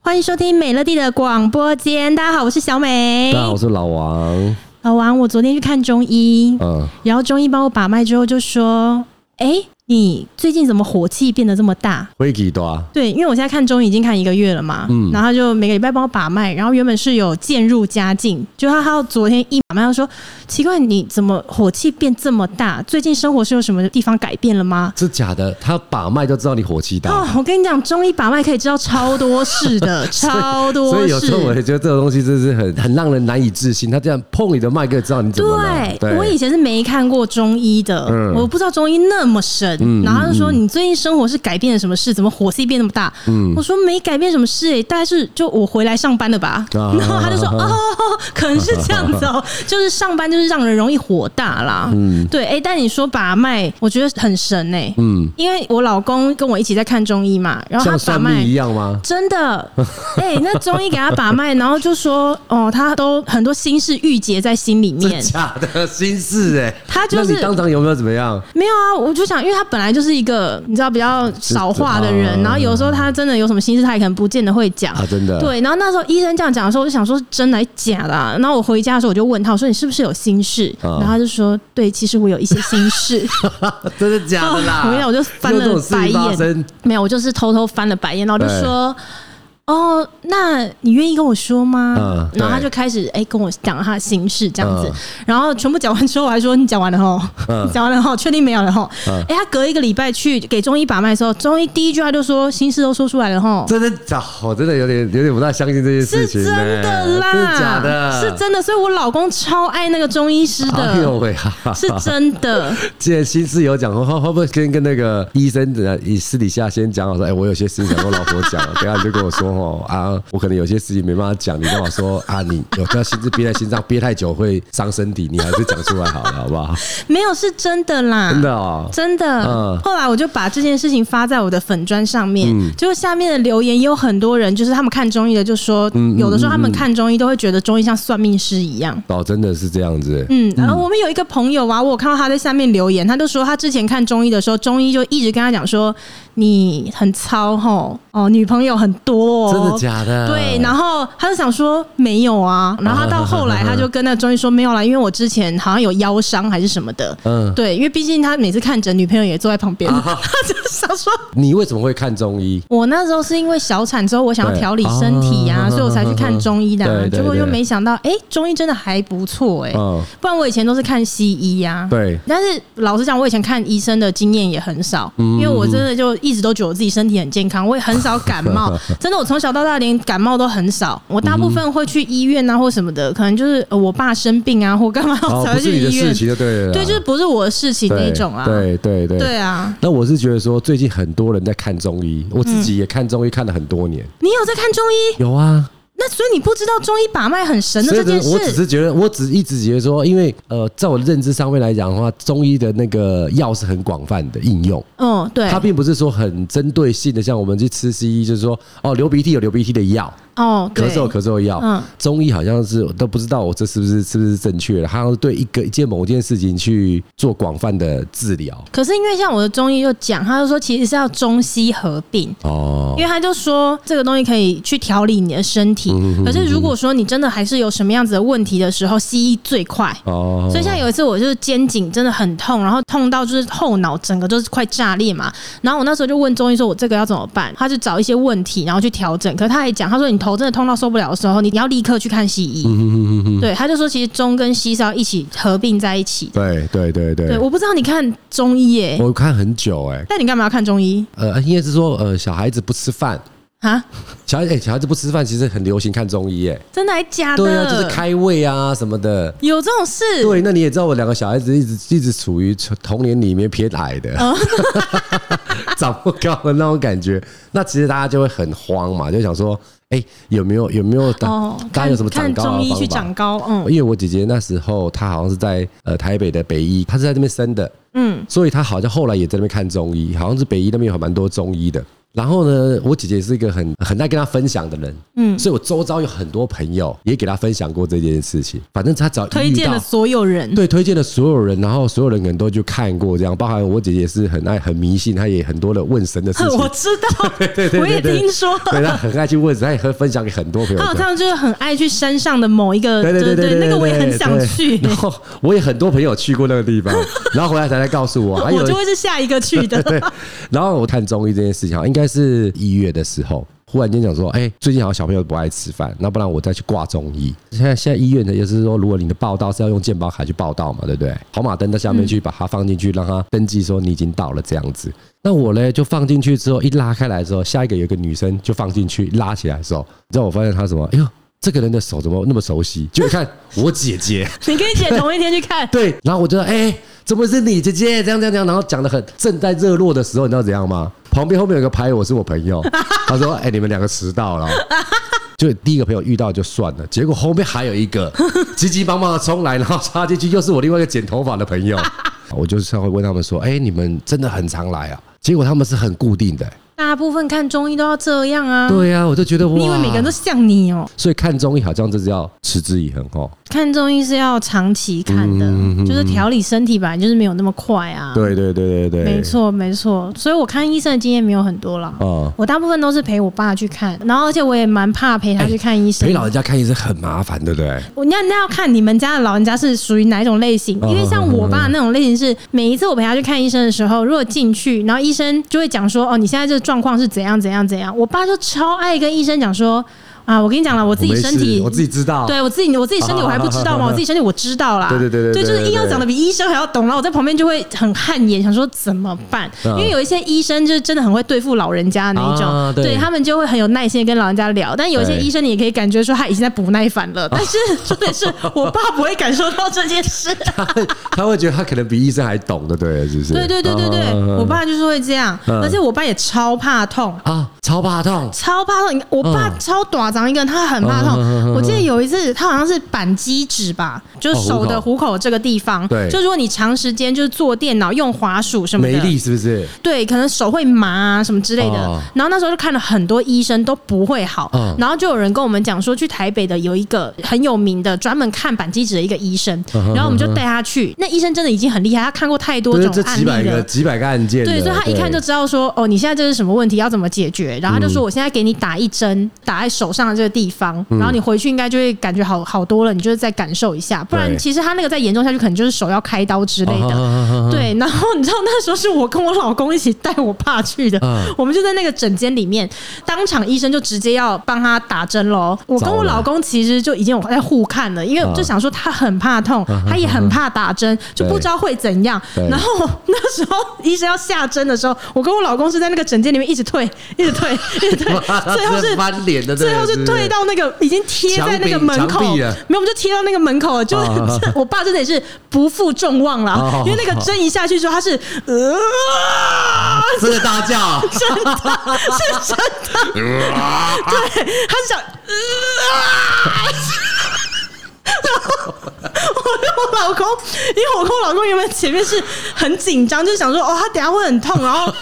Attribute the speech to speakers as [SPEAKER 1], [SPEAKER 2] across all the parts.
[SPEAKER 1] 欢迎收听美乐蒂的广播间，大家好，我是小美
[SPEAKER 2] 大。啊家好，我是老王。
[SPEAKER 1] 老王，我昨天去看中医，
[SPEAKER 2] 嗯，
[SPEAKER 1] 然后中医帮我把脉之后就说：“哎、你最近怎么火气变得这么大？”
[SPEAKER 2] 会几多？
[SPEAKER 1] 对，因为我现在看中医已经看一个月了嘛，
[SPEAKER 2] 嗯
[SPEAKER 1] 然后他就每个礼拜帮我把脉，然后原本是有渐入佳境，就他到昨天一把脉，他说奇怪，你怎么火气变这么大？最近生活是有什么地方改变了吗？
[SPEAKER 2] 是假的，他把脉就知道你火气大
[SPEAKER 1] 哦，，我跟你讲，中医把脉可以知道超多事的，超多事。
[SPEAKER 2] 所以有时候我也觉得这个东西真是很很让人难以置信。他这样碰你的脉，可以知道你怎么了。
[SPEAKER 1] 对，我以前是没看过中医的，
[SPEAKER 2] 嗯
[SPEAKER 1] 我不知道中医那么神。然后他就说：“你最近生活是改变了什么事？怎么火气变那么大？”
[SPEAKER 2] 嗯
[SPEAKER 1] 我说：“没改变什么事、欸，大概是就我回来上班了吧。
[SPEAKER 2] 啊
[SPEAKER 1] 然后他就 说：“哦，可能是这样子哦，就是上班就是让人容易火大啦。”对，哎、但你说把脉，我觉得很神哎、
[SPEAKER 2] 嗯，
[SPEAKER 1] 因为我老公跟我一起在看中医嘛，然后他把
[SPEAKER 2] 像算
[SPEAKER 1] 脉
[SPEAKER 2] 命一样吗？
[SPEAKER 1] 真的， 哎、那中医给他把脉，然后就说，哦，他都很多心事郁结在心里
[SPEAKER 2] 真
[SPEAKER 1] 面。
[SPEAKER 2] 假的心事哎，
[SPEAKER 1] 他就是
[SPEAKER 2] 那你当场有没有怎么样？
[SPEAKER 1] 没有啊，我就想，因为他本来就是一个你知道比较少话的
[SPEAKER 2] 是
[SPEAKER 1] 人，
[SPEAKER 2] 是
[SPEAKER 1] 然后有时候他真的有什么心事，他也可能不见得会讲。
[SPEAKER 2] 嗯啊，真的，，
[SPEAKER 1] 对，然后那时候医生这样讲的时候，我就想说是真的还是假的、啊？然后我回家的时候，我就问他，我说你是不是有心事？
[SPEAKER 2] 啊
[SPEAKER 1] 然后他就说，对，其实我有一些心事。
[SPEAKER 2] 真的假的啦？
[SPEAKER 1] 我跟你讲，我就翻
[SPEAKER 2] 有这
[SPEAKER 1] 了
[SPEAKER 2] 种事
[SPEAKER 1] 白
[SPEAKER 2] 情发
[SPEAKER 1] 眼。
[SPEAKER 2] 生，
[SPEAKER 1] 没有，我就是偷偷翻了白眼，然后就
[SPEAKER 2] 对
[SPEAKER 1] 说：“哦，那你愿意跟我说吗？”
[SPEAKER 2] 嗯
[SPEAKER 1] 然后他
[SPEAKER 2] 对
[SPEAKER 1] 就开始哎、跟我讲他的心事这样子，
[SPEAKER 2] 嗯
[SPEAKER 1] 然后全部讲完之后，我还说：“你讲完了吼，
[SPEAKER 2] 嗯
[SPEAKER 1] 你讲完了吼，确定没有了吼。
[SPEAKER 2] 嗯
[SPEAKER 1] 哎、他隔一个礼拜去给中医把脉的时候，中医第一句话就说：“心事都说出来了吼。”
[SPEAKER 2] 真的假？我真的有点有点不太相信这件
[SPEAKER 1] 是
[SPEAKER 2] 事情
[SPEAKER 1] 真
[SPEAKER 2] 呢，
[SPEAKER 1] 的啦，
[SPEAKER 2] 真的假的？
[SPEAKER 1] 是真的，所以我老公超爱那个中医师
[SPEAKER 2] 哎呦
[SPEAKER 1] 的，
[SPEAKER 2] 喂啊！
[SPEAKER 1] 是真的。
[SPEAKER 2] 既然心事有讲，会会不会先跟那个医生等下以私底下先讲好说，哎、我有些事情想跟我老婆讲， 等下你就跟我说哦啊，我可能有些事情没办法讲，你跟我说啊，你有不要心事憋在心上，憋太久会伤身体，你还是讲出来好了，好不好？
[SPEAKER 1] 没有是真的啦，
[SPEAKER 2] 真的哦，
[SPEAKER 1] 真的。
[SPEAKER 2] 嗯
[SPEAKER 1] 后来我就把这件事情发在我的粉砖上面，结果下面的留言也有很多人，就是他们看中医的就说，
[SPEAKER 2] 嗯
[SPEAKER 1] 有的时候他们看中医都会觉得中医像算命师一样。
[SPEAKER 2] 哦，真的是这样子，
[SPEAKER 1] 嗯，然后我们有一个朋友啊，我有看到他在下面留言，他就说他之前看中医的时候，中医就一直跟他讲说你很糙吼，哦，女朋友很多、哦，
[SPEAKER 2] 真的假的？
[SPEAKER 1] 对，然后他就想说没有啊，然后他到后 来他就跟那个中医说没有啦，因为我之前好像有腰伤还是什么的，
[SPEAKER 2] 嗯啊
[SPEAKER 1] 对，因为毕竟他每次看诊，女朋友也坐在旁边，他就想说。
[SPEAKER 2] 你为什么会看中医？
[SPEAKER 1] 我那时候是因为小产之后，我想要调理身体呀、
[SPEAKER 2] 对啊
[SPEAKER 1] 所以我才去看中医的、啊。
[SPEAKER 2] 对对对
[SPEAKER 1] 结果就没想到，哎、中医真的还不错哎、
[SPEAKER 2] 嗯，
[SPEAKER 1] 不然我以前都是看西医呀、
[SPEAKER 2] 对，
[SPEAKER 1] 但是老实讲，我以前看医生的经验也很少，
[SPEAKER 2] 嗯
[SPEAKER 1] 因为我真的就一直都觉得我自己身体很健康，我也很少感 冒。真的，我从小到大连感冒都很少，我大部分会去医院啊或什么的，可能就是呃我爸生病啊或干嘛我
[SPEAKER 2] 哦，
[SPEAKER 1] 才
[SPEAKER 2] 不
[SPEAKER 1] 会
[SPEAKER 2] 是
[SPEAKER 1] 去
[SPEAKER 2] 你的
[SPEAKER 1] 医
[SPEAKER 2] 事
[SPEAKER 1] 院。
[SPEAKER 2] 情就对了啦，
[SPEAKER 1] 对，就是不是我的事情那
[SPEAKER 2] 对
[SPEAKER 1] 种啊。
[SPEAKER 2] 对对对。
[SPEAKER 1] 对啊，
[SPEAKER 2] 那我是觉得说，最近很多人在看中医，我自
[SPEAKER 1] 嗯
[SPEAKER 2] 己也看中医看了很多年。
[SPEAKER 1] 你有在看中医？
[SPEAKER 2] 有啊，
[SPEAKER 1] 那所以你不知道中医把脉很神的
[SPEAKER 2] 所以
[SPEAKER 1] 这件
[SPEAKER 2] 我只
[SPEAKER 1] 事。
[SPEAKER 2] 是觉得，我只一直觉得说，因为呃，在我的认知上面来讲的话，中医的那个药是很广泛的应用，
[SPEAKER 1] 嗯，对
[SPEAKER 2] 它，并不是说很针对性的，像我们去吃西医，就是说哦，流鼻涕有流鼻涕的药，
[SPEAKER 1] 哦，对
[SPEAKER 2] 咳嗽有咳嗽的药。
[SPEAKER 1] 嗯
[SPEAKER 2] 中医好像是都不知道我这是不是是不是正确的，它好像是对一个一件某件事情去做广泛的治疗。
[SPEAKER 1] 可是因为像我的中医就讲，他就说其实是要中西合并，
[SPEAKER 2] 哦
[SPEAKER 1] 因为他就说这个东西可以去调理你的身体，可是如果说你真的还是有什么样子的问题的时候，西医最快。
[SPEAKER 2] 哦，
[SPEAKER 1] 所以像有一次我就是肩颈真的很痛，然后痛到就是后脑整个就是快炸裂嘛。然后我那时候就问中医说，我这个要怎么办？他就找一些问题，然后去调整。可是他也讲，他说你头真的痛到受不了的时候，你要立刻去看西
[SPEAKER 2] 嗯
[SPEAKER 1] 医。对，他就说其实中跟西是要一起合并在一起的。
[SPEAKER 2] 对对对对哦
[SPEAKER 1] 对，我不知道你看中医耶、
[SPEAKER 2] 我看很久哎、
[SPEAKER 1] 但你干嘛要看中医
[SPEAKER 2] 呃，应该是说呃，小孩子不吃饭，
[SPEAKER 1] 啊？
[SPEAKER 2] 小孩、哎，小孩子不吃饭，其实很流行看中医哎、
[SPEAKER 1] 真的还假的？
[SPEAKER 2] 对啊，就是开胃啊什么的。
[SPEAKER 1] 有这种事？
[SPEAKER 2] 对，那你也知道，我两个小孩子一直一直处于童年里面偏矮的，
[SPEAKER 1] 哦
[SPEAKER 2] 长不高的那种感觉。那其实大家就会很慌嘛，就想说，哎、有没有有没有
[SPEAKER 1] 哦
[SPEAKER 2] 大，大家有什么长
[SPEAKER 1] 看
[SPEAKER 2] 高啊
[SPEAKER 1] 中
[SPEAKER 2] 的
[SPEAKER 1] 医去
[SPEAKER 2] 方
[SPEAKER 1] 长
[SPEAKER 2] 法？
[SPEAKER 1] 高，嗯
[SPEAKER 2] 因为我姐姐那时候她好像是在呃台北的北医，她是在那边生的，
[SPEAKER 1] 嗯
[SPEAKER 2] 所以她好像后来也在那边看中医，好像是北医那边有蛮多中医的。然后呢，我姐姐是一个很很爱跟她分享的人，嗯，所以我周遭有很多朋友也给她分享过这件事情。反正她只要一
[SPEAKER 1] 推
[SPEAKER 2] 遇
[SPEAKER 1] 荐
[SPEAKER 2] 到
[SPEAKER 1] 了所有人，
[SPEAKER 2] 对，推荐了所有人，然后所有人可能都去看过，这样，包含我姐姐也是很爱很迷信，她也很多的问神的事情
[SPEAKER 1] 我。知道，
[SPEAKER 2] 对对
[SPEAKER 1] 我也
[SPEAKER 2] 对
[SPEAKER 1] 听说。
[SPEAKER 2] 对，她很爱去问神，她也会分享给很多朋友
[SPEAKER 1] 还有
[SPEAKER 2] 看。
[SPEAKER 1] 他们就是很爱去山上的某一个，
[SPEAKER 2] 对对对
[SPEAKER 1] 哦对
[SPEAKER 2] 对，
[SPEAKER 1] 那个我也很想
[SPEAKER 2] 对
[SPEAKER 1] 去，
[SPEAKER 2] 然后我也很多朋友去过那个地方，然后回来才来告诉我，还有
[SPEAKER 1] 我就会是下一个去 的。
[SPEAKER 2] 然后我看中医这件事情，好像应该是一月的时候，忽然间讲说，哎、最近好像小朋友不爱吃饭，那不然我再去挂中医。现在现在医院的也是说，如果你的报到是要用健保卡去报到嘛，对不对？跑马灯到下面去把它放进去，让它登记说你已经到了这样子。那我呢就放进去之后，一拉开来之后，下一个有一个女生就放进去拉起来的时候，你知道我发现她什么？哎呦，这个人的手怎么那么熟悉？就看我姐姐。
[SPEAKER 1] 你跟你姐同一天去 看，
[SPEAKER 2] 对，然后我就说，哎、怎么是你姐姐？这样这样这样，然后讲的很正在热络的时候，你知道怎样吗？旁边后面有个拍我是 我朋友，他说，哎、你们两个迟到了。就第一个朋友遇到就算了，结果后面还有一个急急忙忙的冲来，然后插进去，又是我另外一个剪头发的朋 友。我就上回问他们说，哎、你们真的很常来啊？结果他们是很固定的、
[SPEAKER 1] 大部分看中医都要这样啊。，
[SPEAKER 2] 对呀、我就觉得哇，
[SPEAKER 1] 你以为每个人都像你哦、
[SPEAKER 2] 所以看中医好像这是要持之以恒哦。
[SPEAKER 1] 看中医是要长期看的，
[SPEAKER 2] 嗯
[SPEAKER 1] 就是调理身体本来就是没有那么快啊。，
[SPEAKER 2] 对对对对对，
[SPEAKER 1] 没错没错。所以我看医生的经验没有很多啦。
[SPEAKER 2] 啊。
[SPEAKER 1] 我大部分都是陪我爸去看，然后而且我也蛮怕陪他去看医生。
[SPEAKER 2] 哎陪老人家看医生很麻烦，对不对？
[SPEAKER 1] 我那那要看你们家的老人家是属于哪一种类型，因
[SPEAKER 2] 嗯
[SPEAKER 1] 为像我爸那种类型是，每一次我陪他去看医生的时候，如果进去，然后医生就会讲说，哦，你现在这个状况是怎样怎样怎样。我爸就超爱跟医生讲说，啊，我跟你讲了，我自己
[SPEAKER 2] 我没事
[SPEAKER 1] 身体，
[SPEAKER 2] 我自己知道。
[SPEAKER 1] 对我自己，我自己身体我还不知道 吗？我自己身体我知道啦。
[SPEAKER 2] 啊对对对对
[SPEAKER 1] 对，
[SPEAKER 2] 对
[SPEAKER 1] 就是
[SPEAKER 2] 对
[SPEAKER 1] 硬要
[SPEAKER 2] 对
[SPEAKER 1] 讲的比医生还要懂，然后我在旁边就会很汗颜，想说怎么办？
[SPEAKER 2] 嗯
[SPEAKER 1] 因为有一些医生就是真的很会对付老人家的那一种，
[SPEAKER 2] 啊对
[SPEAKER 1] 对他们就会很有耐心地跟老人家聊。但有一些
[SPEAKER 2] 对
[SPEAKER 1] 医生你也可以感觉说他已经在不耐烦了，但 是重点是我爸不会感受到这件事。
[SPEAKER 2] 他会觉得他可能比医生还懂的，对，啊是不是？
[SPEAKER 1] 对对对对对，我爸就是会这样，
[SPEAKER 2] 嗯
[SPEAKER 1] 而且我爸也超怕痛。
[SPEAKER 2] 啊，超怕痛
[SPEAKER 1] 超怕痛！我爸
[SPEAKER 2] 嗯
[SPEAKER 1] 超短长一个人，他很怕痛。
[SPEAKER 2] 嗯嗯嗯嗯嗯
[SPEAKER 1] 我记得有一次，他好像是扳机指吧，就是手的
[SPEAKER 2] 哦
[SPEAKER 1] 虎口这个地方。
[SPEAKER 2] 对
[SPEAKER 1] 就如果你长时间就是坐电脑用滑鼠什么
[SPEAKER 2] 没
[SPEAKER 1] 的，
[SPEAKER 2] 力，是不是？
[SPEAKER 1] 对，可能手会麻啊什么之类的。
[SPEAKER 2] 哦
[SPEAKER 1] 然后那时候就看了很多医生都不会好，
[SPEAKER 2] 嗯
[SPEAKER 1] 然后就有人跟我们讲说，去台北的有一个很有名的专门看扳机指的一个医生，
[SPEAKER 2] 嗯
[SPEAKER 1] 然后我们就带他去。那医生真的已经很厉害，他看过太多
[SPEAKER 2] 对，
[SPEAKER 1] 种
[SPEAKER 2] 这
[SPEAKER 1] 案
[SPEAKER 2] 几
[SPEAKER 1] 例
[SPEAKER 2] 百
[SPEAKER 1] 了
[SPEAKER 2] 个。几百个案件的，
[SPEAKER 1] 对，所以他一看就 知道说，哦，你现在这是什么问题，要怎么解决。然后
[SPEAKER 2] 嗯
[SPEAKER 1] 他就说，我现在给你打一针，打在手上的这个地方，然
[SPEAKER 2] 嗯
[SPEAKER 1] 后你回去应该就会感觉好好多了，你就是再感受一下。不然
[SPEAKER 2] 对
[SPEAKER 1] 其实他那个再严重下去，可能就是手要开刀之类
[SPEAKER 2] 啊
[SPEAKER 1] 的。对，然后你知道那时候是我跟我老公一起带我爸去的，
[SPEAKER 2] 嗯
[SPEAKER 1] 我们就在那个诊间里面，当场医生就直接要帮他打针喽。我跟我老公其实就已经有在互看了，因为我
[SPEAKER 2] 啊
[SPEAKER 1] 就想说他很怕痛，
[SPEAKER 2] 嗯
[SPEAKER 1] 他也很怕打针，就不知道会怎样
[SPEAKER 2] 对。
[SPEAKER 1] 然后那时候医生要下针的时候，我跟我老公是在那个诊间里面一直退，一直 退，一直退，最后是
[SPEAKER 2] 翻脸的，
[SPEAKER 1] 最后是退到那个已经贴在那个门口，
[SPEAKER 2] 墙壁墙
[SPEAKER 1] 没
[SPEAKER 2] 壁
[SPEAKER 1] 有
[SPEAKER 2] 了，
[SPEAKER 1] 我们就贴到那个门口了。就
[SPEAKER 2] 啊
[SPEAKER 1] 我爸真的也是不负众望
[SPEAKER 2] 哦
[SPEAKER 1] 啦，因为那个针一下去之后，他是 呃，
[SPEAKER 2] 真的大叫，
[SPEAKER 1] 真的是真的，对，他是想呃。然后我跟我老公，因为我跟我老公原本前面是很紧张，就是想说哦，他等一下会很痛，然后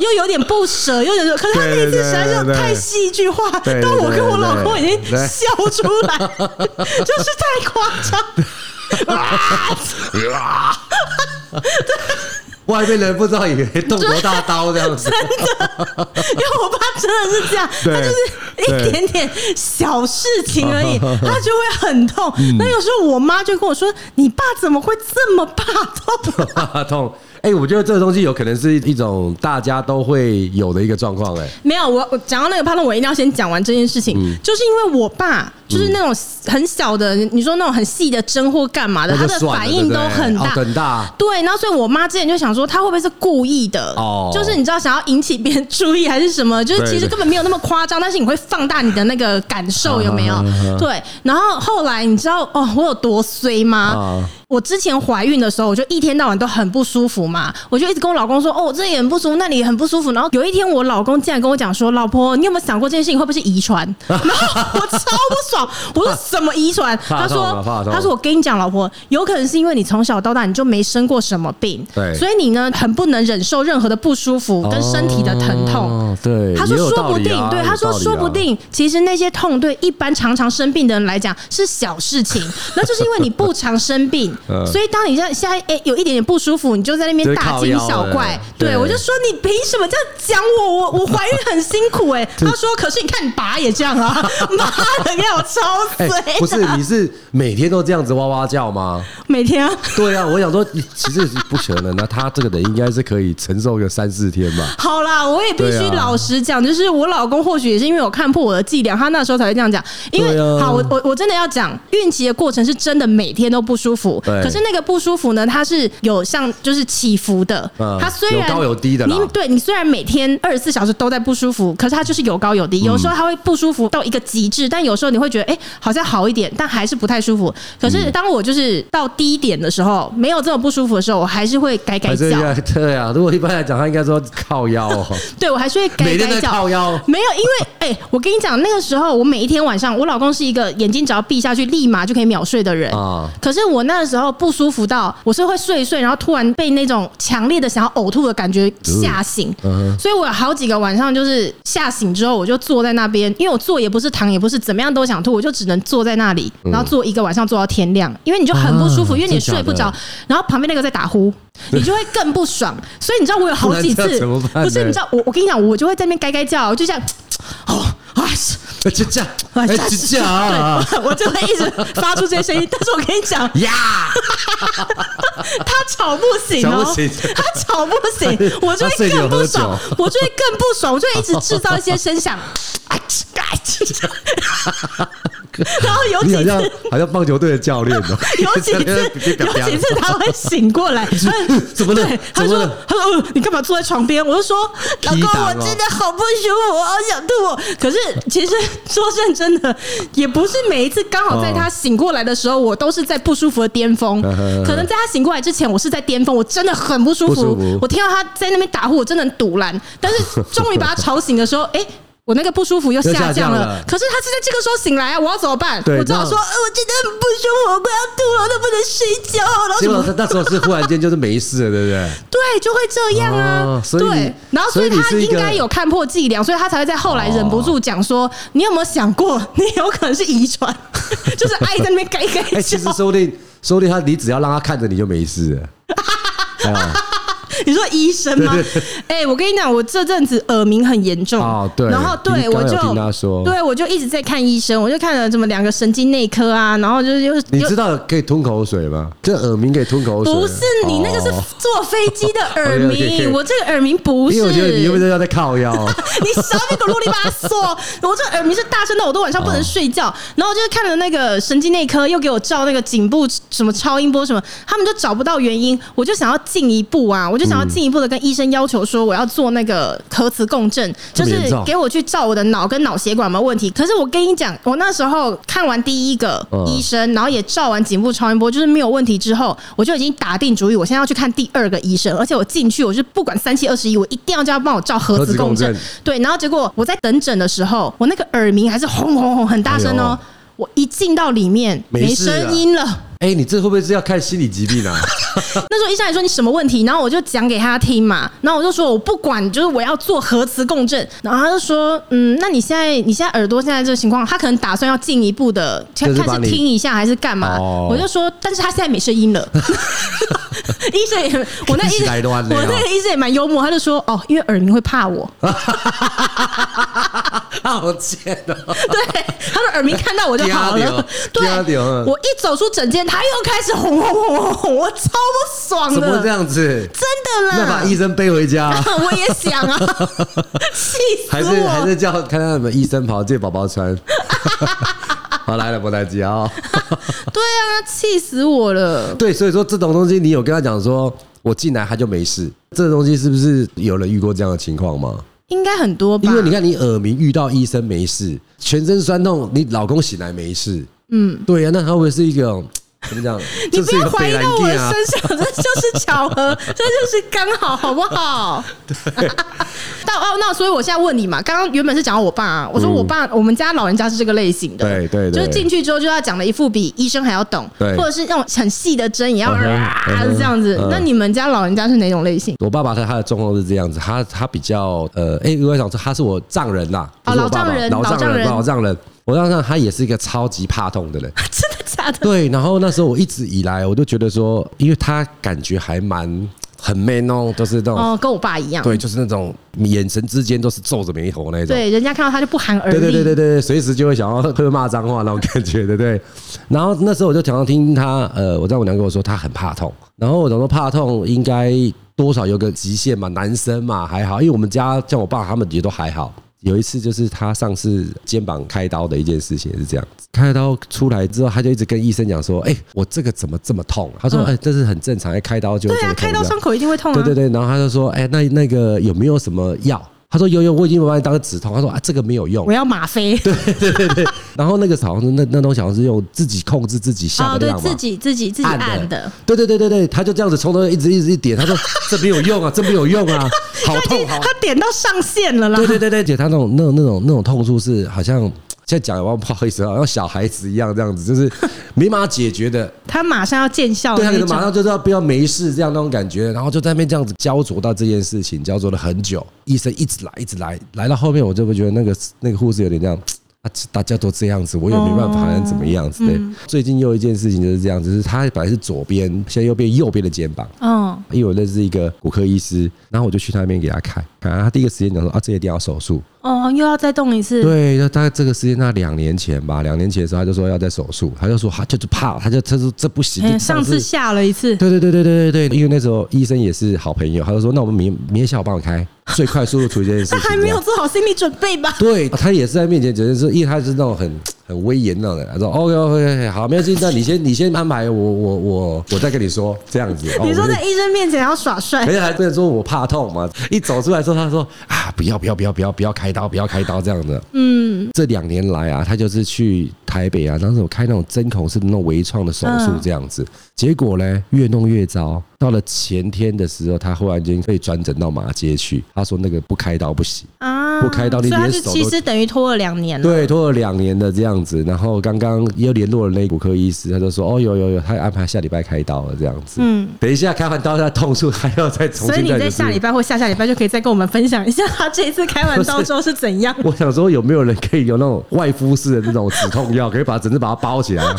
[SPEAKER 1] 又有点不舍，又有点……可是他那一次实在是太戏剧化，
[SPEAKER 2] 对对对
[SPEAKER 1] 到我跟我老公已经
[SPEAKER 2] 对对
[SPEAKER 1] 笑出来，就是太夸张。
[SPEAKER 2] 外面人不知道以为动多大刀这样 子，
[SPEAKER 1] 因为我爸真的是这样，
[SPEAKER 2] 对
[SPEAKER 1] 他就是一点点小事情而已， 他就会很痛。
[SPEAKER 2] 嗯
[SPEAKER 1] 那有时候我妈就跟我说：“你爸怎么会这么怕痛
[SPEAKER 2] 怕痛。哎，我觉得这个东西有可能是一种大家都会有的一个状况，哎，？”
[SPEAKER 1] 没有，我我讲到那个怕痛，我一定要先讲完这件事情，
[SPEAKER 2] 嗯
[SPEAKER 1] 就是因为我爸就是那种很小的，你说那种很细的针或干嘛的，
[SPEAKER 2] 那
[SPEAKER 1] 他
[SPEAKER 2] 就
[SPEAKER 1] 的
[SPEAKER 2] 算了
[SPEAKER 1] 反应都很
[SPEAKER 2] 对
[SPEAKER 1] 大
[SPEAKER 2] 不对哦。很大。
[SPEAKER 1] 对，然后所以我妈之前就想说，她会不会是故意的？
[SPEAKER 2] 哦
[SPEAKER 1] 就是你知道想要引起别人注意还是什么？就是
[SPEAKER 2] 对
[SPEAKER 1] 其实
[SPEAKER 2] 对
[SPEAKER 1] 根本没有那么夸张，但是你会放大你的那个感受有没有
[SPEAKER 2] 啊啊啊啊？
[SPEAKER 1] 对，然后后来你知道哦，我有多衰吗
[SPEAKER 2] 啊？
[SPEAKER 1] 我之前怀孕的时候，我就一天到晚都很不舒服嘛，我就一直跟我老公说，哦，这里很不舒服，那里也很不舒服。然后有一天，我老公竟然跟我讲说，老婆，你有没有想过这件事情会不会是遗传？ 然后我超不爽，我说什么遗传？
[SPEAKER 2] 怕
[SPEAKER 1] 他
[SPEAKER 2] 痛啊
[SPEAKER 1] 说
[SPEAKER 2] 怕，痛
[SPEAKER 1] 他说我跟你讲，老婆，有可能是因为你从小到大你就没生过什么病，
[SPEAKER 2] 对
[SPEAKER 1] 所以你呢很不能忍受任何的不舒服跟身体的疼痛。
[SPEAKER 2] 哦对，
[SPEAKER 1] 他说
[SPEAKER 2] 也有
[SPEAKER 1] 说
[SPEAKER 2] 道
[SPEAKER 1] 不
[SPEAKER 2] 理
[SPEAKER 1] 定，
[SPEAKER 2] 啊
[SPEAKER 1] 对他说说不，定，其实那些痛对一般常常生病的人来讲是小事情， 那就是因为你不常生病
[SPEAKER 2] 嗯，
[SPEAKER 1] 所以当你现现在哎有一点点不舒服，你就在那边大惊小
[SPEAKER 2] 就会靠腰
[SPEAKER 1] 怪
[SPEAKER 2] 了。对
[SPEAKER 1] 对我就说你凭什么这样讲我？我我怀孕很辛苦 哎。他说可是你看你爸也这样啊， 妈的，让我超
[SPEAKER 2] 哎、
[SPEAKER 1] 衰
[SPEAKER 2] 不是
[SPEAKER 1] 的，
[SPEAKER 2] 你是每天都这样子哇哇叫吗？
[SPEAKER 1] 每天啊
[SPEAKER 2] 对啊，我想说，其实不可能啊，他这个人应该是可以承受个三四天吧。
[SPEAKER 1] 好啦，我也必须
[SPEAKER 2] 对啊
[SPEAKER 1] 老实讲，就是我老公或许也是因为我看破我的伎俩，他那时候才会这样讲。因为、
[SPEAKER 2] 对啊
[SPEAKER 1] 好，我我我真的要讲，孕期的过程是真的每天都不舒服，
[SPEAKER 2] 对
[SPEAKER 1] 可是那个不舒服呢，它是有像就是起伏的，
[SPEAKER 2] 嗯
[SPEAKER 1] 它虽然
[SPEAKER 2] 有高有低的啦
[SPEAKER 1] 你对你虽然每天二十四小时都在不舒服，可是它就是有高有
[SPEAKER 2] 嗯
[SPEAKER 1] 低，有时候它会不舒服到一个极致，但有时候你会觉得哎、好像好一点，但还是不太舒服。可是
[SPEAKER 2] 嗯
[SPEAKER 1] 当我就是到低点的时候，没有这种不舒服的时候，我还是会改改
[SPEAKER 2] 还是
[SPEAKER 1] 脚
[SPEAKER 2] 应。该对啊，如果一般来讲，他应该说靠 腰、哦，
[SPEAKER 1] 对我还是会改
[SPEAKER 2] 每天
[SPEAKER 1] 改
[SPEAKER 2] 在
[SPEAKER 1] 脚
[SPEAKER 2] 靠。腰。
[SPEAKER 1] 没有，因为哎、我跟你讲，那个时候我每一天晚上，我老公是一个眼睛只要闭下去立马就可以秒睡的人
[SPEAKER 2] 啊
[SPEAKER 1] 可是我那个时候不舒服到，我是会睡一睡，然后突然被那种强烈的想要呕吐的感觉吓醒，
[SPEAKER 2] 嗯
[SPEAKER 1] 所以我有好几个晚上就是吓醒之后，我就坐在那边，因为我坐也不是躺也不是，怎么样都想吐，我就只能坐在那里，然后坐一个晚上坐到天亮，因为你就很不舒服，
[SPEAKER 2] 啊
[SPEAKER 1] 因为你也
[SPEAKER 2] 嗯真
[SPEAKER 1] 睡
[SPEAKER 2] 的
[SPEAKER 1] 不
[SPEAKER 2] 假的
[SPEAKER 1] 着，然后旁边那个在打呼，你就会更不爽。所以你知道我有好几
[SPEAKER 2] 不然这
[SPEAKER 1] 次，
[SPEAKER 2] 样怎么办呢
[SPEAKER 1] 不是你知道我我跟你讲，我就会在那边该该叫，我就这样。哦啊！是
[SPEAKER 2] 就这样，
[SPEAKER 1] 啊
[SPEAKER 2] 哎，
[SPEAKER 1] 是
[SPEAKER 2] 就这样 啊
[SPEAKER 1] 对，我就会一直发出这些声音。但是我跟你讲，
[SPEAKER 2] 呀，
[SPEAKER 1] 他吵不醒
[SPEAKER 2] 吵
[SPEAKER 1] 哦，
[SPEAKER 2] 不醒
[SPEAKER 1] 他吵不醒， 我就
[SPEAKER 2] 他睡
[SPEAKER 1] 会
[SPEAKER 2] 前有
[SPEAKER 1] 更
[SPEAKER 2] 喝
[SPEAKER 1] 不
[SPEAKER 2] 酒
[SPEAKER 1] 爽，我就会更不爽，我就会一直制造一些声 响。 啊嘖啊嘖然后有
[SPEAKER 2] 你
[SPEAKER 1] 几
[SPEAKER 2] 好像
[SPEAKER 1] 次，
[SPEAKER 2] 好像棒球队的教练哦，
[SPEAKER 1] 有 几次，有几次他会醒过来，他
[SPEAKER 2] 怎么了
[SPEAKER 1] 对，他
[SPEAKER 2] 怎么
[SPEAKER 1] 说
[SPEAKER 2] 了，
[SPEAKER 1] 他说，呃你干嘛坐在床边？我就说，老公，
[SPEAKER 2] 踢打
[SPEAKER 1] 我
[SPEAKER 2] 哦
[SPEAKER 1] 真的好不舒服，我好想吐哦。可是其实说认真的，也不是每一次刚好在他
[SPEAKER 2] 哦
[SPEAKER 1] 醒过来的时候，我都是在不舒服的巅 峰。
[SPEAKER 2] 嗯哼
[SPEAKER 1] 可能在他醒过来之前，我是在巅峰，我真的很不舒
[SPEAKER 2] 不舒服
[SPEAKER 1] 服。我听到他在那边打呼，我真的很堵拦。但是终于把他吵醒的时候，哎。我那个不舒服又
[SPEAKER 2] 又下
[SPEAKER 1] 下降
[SPEAKER 2] 降
[SPEAKER 1] 了
[SPEAKER 2] 了，
[SPEAKER 1] 可是他是在这个时候醒来啊，我要怎么办？
[SPEAKER 2] 对
[SPEAKER 1] 我只好
[SPEAKER 2] 那
[SPEAKER 1] 说，呃，我真的很不舒服，我快要吐了，我都不能睡觉，然后
[SPEAKER 2] 结
[SPEAKER 1] 什么
[SPEAKER 2] 果他那时候是忽然间就是没事了，对不对？
[SPEAKER 1] 对，就会这样啊。
[SPEAKER 2] 哦所以你
[SPEAKER 1] 对，然后所以
[SPEAKER 2] 所以你
[SPEAKER 1] 他
[SPEAKER 2] 是一
[SPEAKER 1] 应
[SPEAKER 2] 个哦
[SPEAKER 1] 该有看破伎俩，所以他才会在后来忍不住讲说：“你有没有想过，你有可能是遗传， 就是爱在那边改改 叫
[SPEAKER 2] 哎，其实说不定，说不定他你只要让他看着你就没事 了。哎呀
[SPEAKER 1] 你说医生吗？哎、我跟你讲，我这阵子耳鸣很严重
[SPEAKER 2] 哦对
[SPEAKER 1] 然后
[SPEAKER 2] 你
[SPEAKER 1] 对
[SPEAKER 2] 刚
[SPEAKER 1] 我
[SPEAKER 2] 刚有
[SPEAKER 1] 就
[SPEAKER 2] 听他说
[SPEAKER 1] 对我就一直在看医生，我就看了什么两个神经内科啊，然后就是又
[SPEAKER 2] 你
[SPEAKER 1] 又
[SPEAKER 2] 知道可以吞口水吗？这耳鸣可以吞口水？
[SPEAKER 1] 不是你那个是
[SPEAKER 2] 哦
[SPEAKER 1] 坐飞机的耳
[SPEAKER 2] OK，OK，OK
[SPEAKER 1] 鸣，我这个耳鸣不是。
[SPEAKER 2] 因为我觉得你又不是要在靠腰，哦
[SPEAKER 1] 你少那个啰里吧嗦！我这耳鸣是大声到我都晚上不能睡觉。然后就是看了那个神经内科，又给我照那个颈部什么超音波什么，他们就找不到原因。我就想要进一步啊，我就想要进一步的跟医生要求说，我要做那个核磁共振，
[SPEAKER 2] 这
[SPEAKER 1] 就
[SPEAKER 2] 么
[SPEAKER 1] 是
[SPEAKER 2] 严重
[SPEAKER 1] 给我去照我的脑跟脑血管有没有问题。可是我跟你讲，我那时候看完第一个
[SPEAKER 2] 嗯
[SPEAKER 1] 医生，然后也照完颈部超音波，就是没有问题之后，我就已经打定主意，我现在要去看第二个医生，而且我进去我就不管三七二十一，我一定要叫他帮我照核
[SPEAKER 2] 核磁
[SPEAKER 1] 磁
[SPEAKER 2] 共
[SPEAKER 1] 共振
[SPEAKER 2] 振。
[SPEAKER 1] 对，然后结果我在等诊的时候，我那个耳鸣还是轰轰轰很大声
[SPEAKER 2] 哎
[SPEAKER 1] 哦
[SPEAKER 2] 呦。
[SPEAKER 1] 我一进到里面
[SPEAKER 2] 没
[SPEAKER 1] 没
[SPEAKER 2] 事啊
[SPEAKER 1] 声音了，
[SPEAKER 2] 哎，你这会不会是要看心理疾病啊？
[SPEAKER 1] 那时候医生还说你什么问题，然后我就讲给他听嘛，然后我就说我不管，就是我要做核磁共振，然后他就说，嗯，那你现在你现在耳朵现在这个情况，他可能打算要进一步的
[SPEAKER 2] 就
[SPEAKER 1] 看
[SPEAKER 2] 是把
[SPEAKER 1] 看是
[SPEAKER 2] 你
[SPEAKER 1] 听一下还是干嘛，
[SPEAKER 2] 哦
[SPEAKER 1] 我就说，但是他现在没声音 了， 医生也我那医
[SPEAKER 2] 一起来
[SPEAKER 1] 生
[SPEAKER 2] 都
[SPEAKER 1] 我
[SPEAKER 2] 安内哦
[SPEAKER 1] 那个医生也蛮幽默，他就说，哦，因为耳鸣会怕我，
[SPEAKER 2] 好贱哦！
[SPEAKER 1] 对，他说耳鸣看到我就好
[SPEAKER 2] 吓到
[SPEAKER 1] 了，对
[SPEAKER 2] 吓到嗯，
[SPEAKER 1] 我一走出诊间，他又开始哄哄哄哄哄，我超不爽
[SPEAKER 2] 怎么这
[SPEAKER 1] 的，
[SPEAKER 2] 样子？
[SPEAKER 1] 真的啦，
[SPEAKER 2] 那把医生背回家，
[SPEAKER 1] 我也想啊， 气死
[SPEAKER 2] 还是还
[SPEAKER 1] 我！
[SPEAKER 2] 是叫看看有没有医生袍借宝宝穿？ 好来了，莫来吉啊！
[SPEAKER 1] 对啊，气死我了！
[SPEAKER 2] 对，所以说这种东西，你有跟他讲说，我进来他就没事，这东西是不是有人遇过这样的情况吗？
[SPEAKER 1] 应该很多吧？
[SPEAKER 2] 因为你看，你耳鸣遇到医生 啊没事，全身酸痛，你老公醒来没事，嗯，对呀、那他会不会是一个怎么讲？
[SPEAKER 1] 你
[SPEAKER 2] 就是
[SPEAKER 1] 不
[SPEAKER 2] 一
[SPEAKER 1] 要
[SPEAKER 2] 个
[SPEAKER 1] 怀疑
[SPEAKER 2] 北
[SPEAKER 1] 到我
[SPEAKER 2] 兰
[SPEAKER 1] 的
[SPEAKER 2] 地啊，
[SPEAKER 1] 身上，这 就是巧合，这就是刚好，好不 好？ 到哦，那所以我现在问你嘛，刚刚原本是讲到我爸、啊，我说我爸、我们家老人家是这个类型的，
[SPEAKER 2] 嗯对对对
[SPEAKER 1] 就是进去之后就要讲的一副比医生还要懂，
[SPEAKER 2] 对
[SPEAKER 1] 或者是那种很细的针也要
[SPEAKER 2] 嗯哼
[SPEAKER 1] 啊
[SPEAKER 2] 嗯哼
[SPEAKER 1] 这样子
[SPEAKER 2] 嗯。
[SPEAKER 1] 那你们家老人家是哪种类型？
[SPEAKER 2] 我爸爸他他的状况是这样子，他他比较呃，哎、我想说他是我丈人啦，
[SPEAKER 1] 哦
[SPEAKER 2] 不是我爸
[SPEAKER 1] 老
[SPEAKER 2] 爸
[SPEAKER 1] 丈人
[SPEAKER 2] 老
[SPEAKER 1] 老丈
[SPEAKER 2] 丈人，
[SPEAKER 1] 人
[SPEAKER 2] 老丈人，我丈人他也是一个超级怕痛的 人。
[SPEAKER 1] 真的假的？
[SPEAKER 2] 对，然后那时候我一直以来我都觉得说，因为他感觉还蛮很 man 哦，就是那种、
[SPEAKER 1] 哦，跟我爸一样，
[SPEAKER 2] 对，就是那种眼神之间都是皱着眉头那一种。
[SPEAKER 1] 对，人家看到他就不寒而
[SPEAKER 2] 对
[SPEAKER 1] 栗，
[SPEAKER 2] 对对对对，随时就会想要 会骂脏话那种感觉，对不对？然后那时候我就常常听他，呃，我丈母娘跟我说她很怕痛，然后我想说怕痛应该多少有个极限嘛，男生嘛还好，因为我们家像我爸他们也都还好。有一次就是他上次肩膀开刀的一件事情也是这样子，啊开刀出来之后，他就一直跟医生讲说：“哎、我这个怎么这么痛、啊？”他说：“
[SPEAKER 1] 嗯
[SPEAKER 2] 哎、这是很正常，哎开刀就会
[SPEAKER 1] 对
[SPEAKER 2] 这么
[SPEAKER 1] 啊，
[SPEAKER 2] 痛这
[SPEAKER 1] 开
[SPEAKER 2] 样。”
[SPEAKER 1] 到伤口一定会痛啊，
[SPEAKER 2] 对对对，然后他就说，哎、那那个有没有什么药？他说有有，我已经把你当止痛。他说啊，这个没有用
[SPEAKER 1] 我。要吗啡，
[SPEAKER 2] 然后那个好像是那那东西好像是用自己控制自己下
[SPEAKER 1] 哦，
[SPEAKER 2] 的
[SPEAKER 1] 对
[SPEAKER 2] 量嘛。
[SPEAKER 1] 自己自己自己按的。。
[SPEAKER 2] 对对对对对，他就这样子从头一直一直一直点，他说这没有用啊， 这没有用啊，好痛好。
[SPEAKER 1] 他点到上限了啦
[SPEAKER 2] 对。对对对，姐，他那种那种那种那种痛处是好像现在讲的话不好意思啊，像小孩子一样这样子，就是没办法解决的。
[SPEAKER 1] 他马上要见效
[SPEAKER 2] 对，
[SPEAKER 1] 的
[SPEAKER 2] 他
[SPEAKER 1] 那
[SPEAKER 2] 可
[SPEAKER 1] 种，
[SPEAKER 2] 能马上就知道不要没事这样那种感觉，然后就在那边这样子焦灼到这件事情，焦灼了很久，医生一直来一直来，来到后面我就会觉得那个那个护士有点这样。啊，大家都这样子，我也没办法，能怎么样子对，最近又有一件事情就是这样子，就是他本来是左边，现在又变右边的肩膀。啊
[SPEAKER 1] 嗯，
[SPEAKER 2] 因为我认识一个骨科医师，然后我就去他那边给他看，看他第一个时间讲说啊，这一定要手术。
[SPEAKER 1] 哦，又要再动一次，
[SPEAKER 2] 对，那大概这个时间他两年前吧，两年前的时候他就说要在手术，他就说他就是怕，他就他说这不行，
[SPEAKER 1] 哎
[SPEAKER 2] 这
[SPEAKER 1] 上次下了一次，
[SPEAKER 2] 对对对对对对对，因为那时候医生也是好朋友，他就说那我们明明天下午帮我开，最快速度处理这件事情。
[SPEAKER 1] 他还没有。做好心理准备吧？
[SPEAKER 2] 对他也是在面前，只是说，因为他是那种很很威严那种的，他说 OK OK OK 好，没关系，那你先你先安排，我我我我再跟你说这样子。哦
[SPEAKER 1] 你说
[SPEAKER 2] 我哎
[SPEAKER 1] 在医生面前要耍帅
[SPEAKER 2] 可，是还不能说我怕痛嘛，一走出来之后，他说啊不要不要不要不要不要开刀不要开刀这样的。
[SPEAKER 1] 嗯，
[SPEAKER 2] 这两年来啊，他就是去台北啊，当时我开那种针孔式的那种微创的手术
[SPEAKER 1] 嗯
[SPEAKER 2] 这样子，结果呢越弄越糟。到了前天的时候，他忽然间被转诊到马街去，他说那个不开刀不行，
[SPEAKER 1] 啊，
[SPEAKER 2] 不开刀你
[SPEAKER 1] 所以他
[SPEAKER 2] 连
[SPEAKER 1] 就
[SPEAKER 2] 手都
[SPEAKER 1] 其实等于拖了两年了。
[SPEAKER 2] 对，拖了两年的这样子。然后刚刚又联络了那骨科医师，他就说哦有有有，他安排下礼拜开刀了这样子。
[SPEAKER 1] 嗯，
[SPEAKER 2] 等一下开完刀，他痛处还要再重
[SPEAKER 1] 所以
[SPEAKER 2] 新
[SPEAKER 1] 你
[SPEAKER 2] 再
[SPEAKER 1] 在下礼拜或下下礼拜就可以再跟我们分享一下 他这一次开完刀之后是怎 样。
[SPEAKER 2] 我想说，有没有人可以有那种外敷式的那种止痛药，可以把整只把它包起来啊？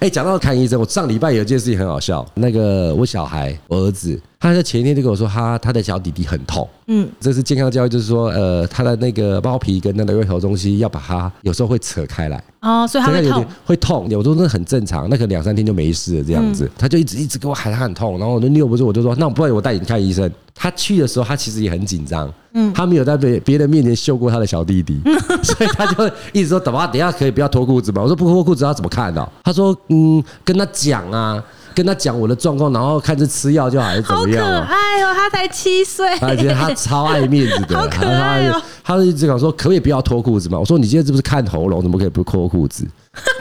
[SPEAKER 2] 哎、讲到看医生，我上礼拜有一件事情很好笑。那个我小孩，我儿子，他在前一天就跟我说他他的小弟弟很痛。
[SPEAKER 1] 嗯，
[SPEAKER 2] 这是健康教育，就是说，呃，他的那个包皮跟那个月头东西要把它有时候会扯开来，
[SPEAKER 1] 哦，所以他
[SPEAKER 2] 真的
[SPEAKER 1] 会
[SPEAKER 2] 有
[SPEAKER 1] 痛
[SPEAKER 2] 点，会痛，有时候真的很正常，那可能两三天就没事了这样子。
[SPEAKER 1] 嗯
[SPEAKER 2] 他就一直一直给我喊他很痛，然后我就拗不住，我就说那我不然我带你看医生。他去的时候，他其实也很紧张，嗯，他没有在别别人面前秀过他的小 弟弟，所以他就一直说等吧，等一下可以不要脱裤子吗？我说不脱裤子要怎么看呢、他说嗯，跟他讲啊，跟他讲我的状况，然后看是吃药就好还是怎
[SPEAKER 1] 好
[SPEAKER 2] 么
[SPEAKER 1] 可
[SPEAKER 2] 样啊。
[SPEAKER 1] 爱哦，他才七岁，
[SPEAKER 2] 他觉得他超爱面 子的，
[SPEAKER 1] 好
[SPEAKER 2] 他
[SPEAKER 1] 可
[SPEAKER 2] 超爱
[SPEAKER 1] 爱
[SPEAKER 2] 面
[SPEAKER 1] 哦
[SPEAKER 2] 子。他就一直讲说，可不可以不要脱裤子嘛？我说你今天是不是看喉咙，怎么可以不脱裤子？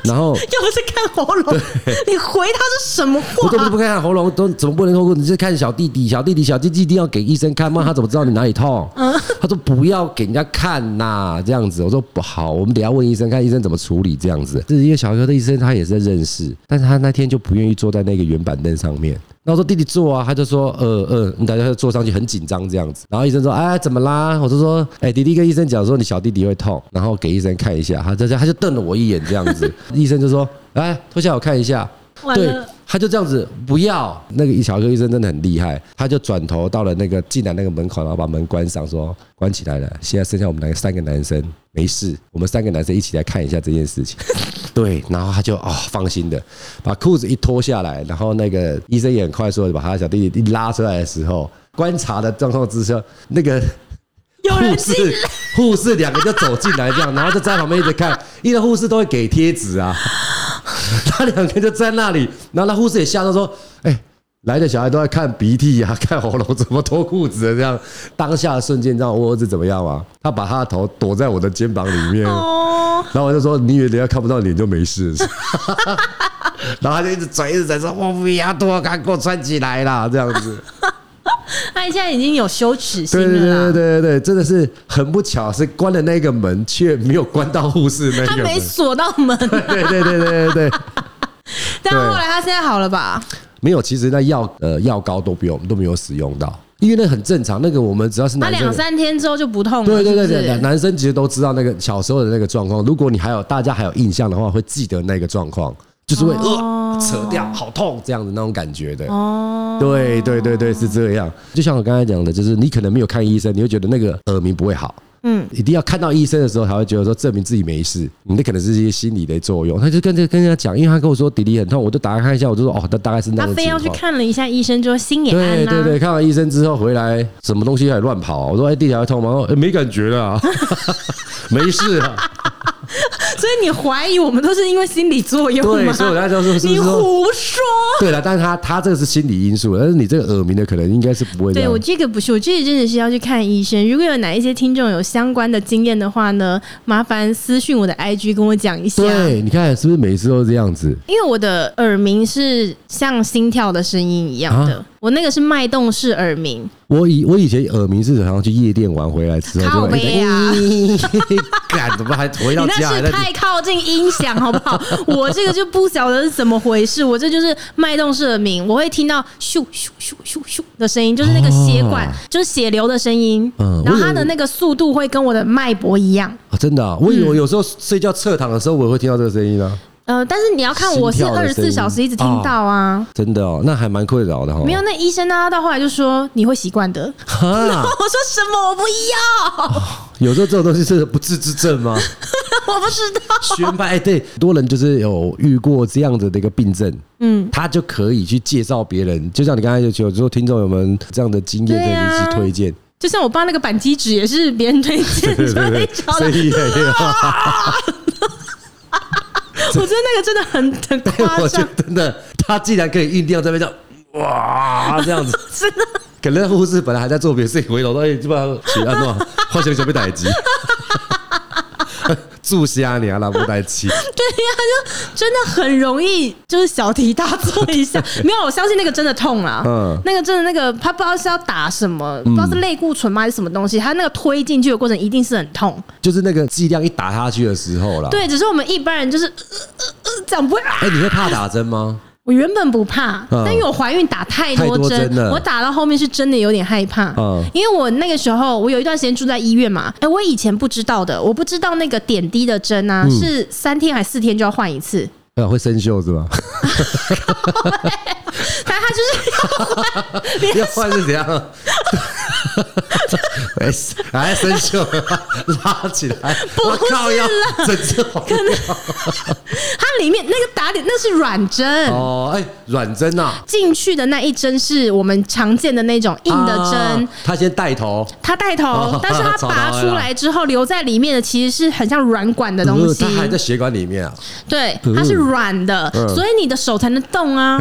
[SPEAKER 2] 然后
[SPEAKER 1] 又不是看喉咙，你回他是什么
[SPEAKER 2] 我
[SPEAKER 1] 话
[SPEAKER 2] 根本？就不看喉咙，都怎么不能透过？你是看小弟弟，小弟弟，小弟弟一定要给医生看，不然他怎么知道你哪里痛？他说不要给人家看呐、这样子。我说不好，我们等一下问医生，看医生怎么处理这样子。是因为小儿科的医生他也是在认识，但是他那天就不愿意坐在那个圆板凳上面。那我说弟弟坐啊，他就说呃呃，你大家就坐上去很紧张这样子。然后医生说哎怎么啦？我就说哎弟弟跟医生讲说你小弟弟会痛，然后给医生看一下，他就他就瞪了我一眼这样子。 医生就说来脱下我看一下。
[SPEAKER 1] 完
[SPEAKER 2] 对
[SPEAKER 1] 了，
[SPEAKER 2] 他就这样子，不要那个小哥医生真的很厉害，他就转头到了那个进来那个门口，然后把门关上，说关起来了，现在剩下我们那个三个男生没事，我们三个男生一起来看一下这件事情。 对，然后他就哦放心的把裤子一脱下来，然后那个医生也很快速的把他的小弟弟一拉出来的时候，观察的状况之下，那个
[SPEAKER 1] 有人
[SPEAKER 2] 护
[SPEAKER 1] 进
[SPEAKER 2] 士护士两个就走进来，这样，然后就在旁边一直看，因为护士都会给贴纸啊， 他两个就在那里，然后那护士也吓到说：“哎、来的小孩都在看鼻涕呀、看喉咙怎么脱裤子的这样。”当下的瞬间，你知道我儿子怎么样吗？他把他的头躲在我的肩膀里面，
[SPEAKER 1] 哦。
[SPEAKER 2] 然后我就说：“你以为人家看不到脸就没事？” 然后他就一直拽，一直拽说：“我不要多，赶快给我穿起来啦！”这样子。
[SPEAKER 1] 他现在已经有羞耻心
[SPEAKER 2] 对对
[SPEAKER 1] 了
[SPEAKER 2] 对对
[SPEAKER 1] 啦。
[SPEAKER 2] 对对，真的是很不巧，是关了那个门，却没有关到护士那
[SPEAKER 1] 他
[SPEAKER 2] 个门
[SPEAKER 1] 没。锁到门，
[SPEAKER 2] 对对对对对对，
[SPEAKER 1] 但后来他现在好了吧？
[SPEAKER 2] 没有。其实那药呃药膏都不用，都没有使用到，因为那很正常。那个我们只要是
[SPEAKER 1] 他
[SPEAKER 2] 男生
[SPEAKER 1] 两，三天之后就不痛了，
[SPEAKER 2] 对对对
[SPEAKER 1] 是不
[SPEAKER 2] 对，
[SPEAKER 1] 是
[SPEAKER 2] 男男生其实都知道那个小时候的那个状况。如果你还有大家还有印象的话，会记得那个状况，就是会
[SPEAKER 1] 哦
[SPEAKER 2] 呃扯掉，好痛这样子那种感觉的。
[SPEAKER 1] 哦，
[SPEAKER 2] 对对对对，是这样。就像我刚才讲的，就是你可能没有看医生，你会觉得那个耳鸣不会好。嗯，一定要看到医生的时候，才会觉得说证明自己没事。你那可能是一些心理的作用。他就跟这跟人家讲，因为他跟我说底底很痛，我就打开看一下，我就说哦，那大概是那
[SPEAKER 1] 他
[SPEAKER 2] 个
[SPEAKER 1] 非
[SPEAKER 2] 情
[SPEAKER 1] 要去
[SPEAKER 2] 况。
[SPEAKER 1] 看了一下医生，就心也安啊
[SPEAKER 2] 对
[SPEAKER 1] 啦、
[SPEAKER 2] 对对，看完医生之后回来，什么东西还乱跑、我说哎，地条还痛吗？哦，哎没感觉了、啊， 没事啊。
[SPEAKER 1] 所以你怀疑我们都是因为心理作用吗？
[SPEAKER 2] 对，所以我在说是不是
[SPEAKER 1] 你
[SPEAKER 2] 说？
[SPEAKER 1] 胡说。
[SPEAKER 2] 对了，但是他他这个是心理因素，但是你这个耳鸣的可能应该是不会这
[SPEAKER 1] 对
[SPEAKER 2] 样
[SPEAKER 1] 我。这个不是，我这个真的是要去看医生。如果有哪一些听众有相关的经验的话呢，麻烦私讯我的 IG 跟我讲一下。
[SPEAKER 2] 对，你看是不是每次都这样子？
[SPEAKER 1] 因为我的耳鸣是像心跳的声音一样的，
[SPEAKER 2] 啊
[SPEAKER 1] 我那个是脉动式耳鸣，
[SPEAKER 2] 我以我以前耳鸣是好像去夜店玩回来之后，
[SPEAKER 1] 靠
[SPEAKER 2] 就会
[SPEAKER 1] 背啊
[SPEAKER 2] 一直，干 怎么还回
[SPEAKER 1] 你
[SPEAKER 2] 到家
[SPEAKER 1] 那
[SPEAKER 2] 还
[SPEAKER 1] 是
[SPEAKER 2] 在
[SPEAKER 1] 太靠近音响好不 好？我这个就不晓得是怎么回事，我这就是脉动式耳鸣，我会听到咻咻咻咻咻的声音，就是那个血管、
[SPEAKER 2] 哦
[SPEAKER 1] 就是血流的声音，
[SPEAKER 2] 嗯
[SPEAKER 1] 然后
[SPEAKER 2] 我有
[SPEAKER 1] 它的那个速度会跟我的脉搏一样。
[SPEAKER 2] 啊真的啊、
[SPEAKER 1] 嗯
[SPEAKER 2] 我有有时候睡觉侧躺的时候，我也会听到这个声音啊，
[SPEAKER 1] 呃，但是你要看，我是
[SPEAKER 2] 心跳
[SPEAKER 1] 二十
[SPEAKER 2] 的声
[SPEAKER 1] 四
[SPEAKER 2] 音
[SPEAKER 1] 小时一直听
[SPEAKER 2] 哦
[SPEAKER 1] 到啊。
[SPEAKER 2] 真的哦，那还蛮困扰的哈、哦。
[SPEAKER 1] 没有，那医生呢、到后来就说你会习惯的。
[SPEAKER 2] 哈
[SPEAKER 1] 我，说什么？我不要，
[SPEAKER 2] 有时候这种东西是不治之症吗？
[SPEAKER 1] 我不知道。
[SPEAKER 2] 宣判哎，对，多人就是有遇过这样子的一个病症，
[SPEAKER 1] 嗯，
[SPEAKER 2] 他就可以去介绍别人，就像你刚才就有说听众有没有这样的经验，
[SPEAKER 1] 对啊
[SPEAKER 2] 可以去 推荐。
[SPEAKER 1] 就像我爸那个板机纸也是别人推荐，就那找的
[SPEAKER 2] 所。以
[SPEAKER 1] 我觉得那个真的很很夸
[SPEAKER 2] 我觉
[SPEAKER 1] 张
[SPEAKER 2] 得，真的，他既然可以酝酿这边叫哇这样子，
[SPEAKER 1] 真的。
[SPEAKER 2] 可能护士本来还在做别的事情，回头说哎，这把血压弄，化学小被逮击，注瞎你啊，拉不带 气。
[SPEAKER 1] 对呀、就真的很容易，就是小题大做一 下。没有，我相信那个真的痛啦。
[SPEAKER 2] 嗯
[SPEAKER 1] 那个真的那个，他不知道是要打什么，不知道是类固醇吗还是什么东西，他那个推进去的过程一定是很痛。
[SPEAKER 2] 就是那个剂量一打下去的时候啦。
[SPEAKER 1] 对，只是我们一般人就是呃呃呃这样不会啊。
[SPEAKER 2] 哎、你会怕打针吗？
[SPEAKER 1] 我原本不怕，
[SPEAKER 2] 嗯
[SPEAKER 1] 但因为我怀孕打太
[SPEAKER 2] 太
[SPEAKER 1] 多
[SPEAKER 2] 多
[SPEAKER 1] 针
[SPEAKER 2] 针，了
[SPEAKER 1] 我打到后面是真的有点害怕。
[SPEAKER 2] 嗯
[SPEAKER 1] 因为我那个时候我有一段时间住在医院嘛，哎、我以前不知道的，我不知道那个点滴的针啊、
[SPEAKER 2] 嗯
[SPEAKER 1] 是三天还是四天就要换一次，
[SPEAKER 2] 啊会生锈是吧？
[SPEAKER 1] 反正它就是要
[SPEAKER 2] 要换是怎样？没事，还生锈，拉起来，我靠要整只黄掉
[SPEAKER 1] 它里面那个打点那是软针。
[SPEAKER 2] 哦，哎、软针呐、
[SPEAKER 1] 进去的那一针是我们常见的那种硬的针，
[SPEAKER 2] 啊他先带头，
[SPEAKER 1] 它带头
[SPEAKER 2] 哦，
[SPEAKER 1] 但是它
[SPEAKER 2] 找到
[SPEAKER 1] 拔
[SPEAKER 2] 了
[SPEAKER 1] 出来之后留在里面的其实是很像软管的东西，
[SPEAKER 2] 他呃还在血管里面啊。
[SPEAKER 1] 对，它是软的，
[SPEAKER 2] 嗯
[SPEAKER 1] 所以你的手才能动 啊。